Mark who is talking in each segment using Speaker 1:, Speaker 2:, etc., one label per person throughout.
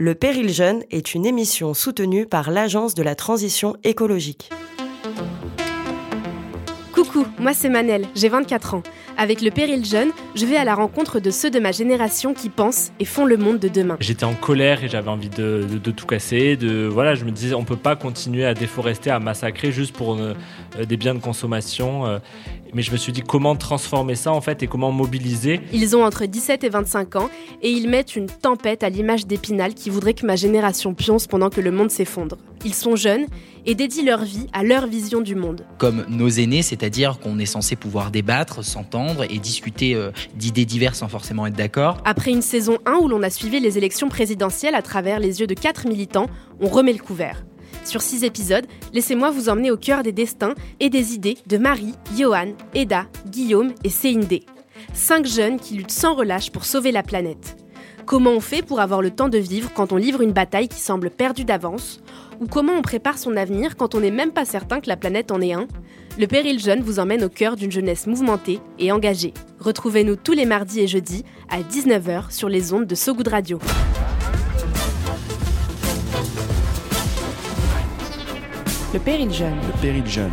Speaker 1: Le Péril Jeune est une émission soutenue par l'Agence de la transition écologique.
Speaker 2: Coucou, moi c'est Manel, j'ai 24 ans. Avec le Péril Jeune, je vais à la rencontre de ceux de ma génération qui pensent et font le monde de demain.
Speaker 3: J'étais en colère et j'avais envie de, de- de tout casser. De, voilà, je me disais, on peut pas continuer à déforester, à massacrer juste pour euh, euh, des biens de consommation. euh. mais je me suis dit, comment transformer ça en fait et comment mobiliser
Speaker 2: Ils ont entre 17 et 25 ans et ils mettent une tempête à l'image d'Épinal qui voudrait que ma génération pionce pendant que le monde s'effondre. Ils sont jeunes et dédient leur vie à leur vision du monde.
Speaker 4: comme nos aînés, c'est-à-dire qu'on est censé pouvoir débattre, s'entendre et discuter euh, d'idées diverses sans forcément être d'accord.
Speaker 2: Après une saison 1 où l'on a suivi les élections présidentielles à travers les yeux de quatre militants, on remet le couvert. Sur six épisodes, laissez-moi vous emmener au cœur des destins et des idées de Marie, Johan, Eda, Guillaume et Céindé. Cinq jeunes qui luttent sans relâche pour sauver la planète. Comment on fait pour avoir le temps de vivre quand on livre une bataille qui semble perdue d'avance Ou comment on prépare son avenir quand on n'est même pas certain que la planète en est un Le Péril Jeune vous emmène au cœur d'une jeunesse mouvementée et engagée. Retrouvez-nous tous les mardis et jeudis à 19h sur les ondes de Sogoud Radio.
Speaker 5: Le péril jeune.
Speaker 6: Le péril jeune.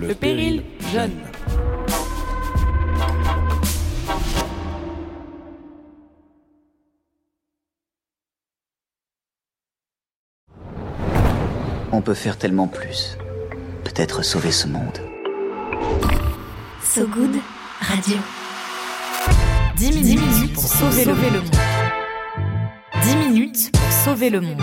Speaker 5: Le péril jeune.
Speaker 7: On peut faire tellement plus. Peut-être sauver ce monde.
Speaker 8: So Good Radio.
Speaker 5: 10 minutes, pour sauver, le, monde.
Speaker 8: 10 minutes pour sauver le monde.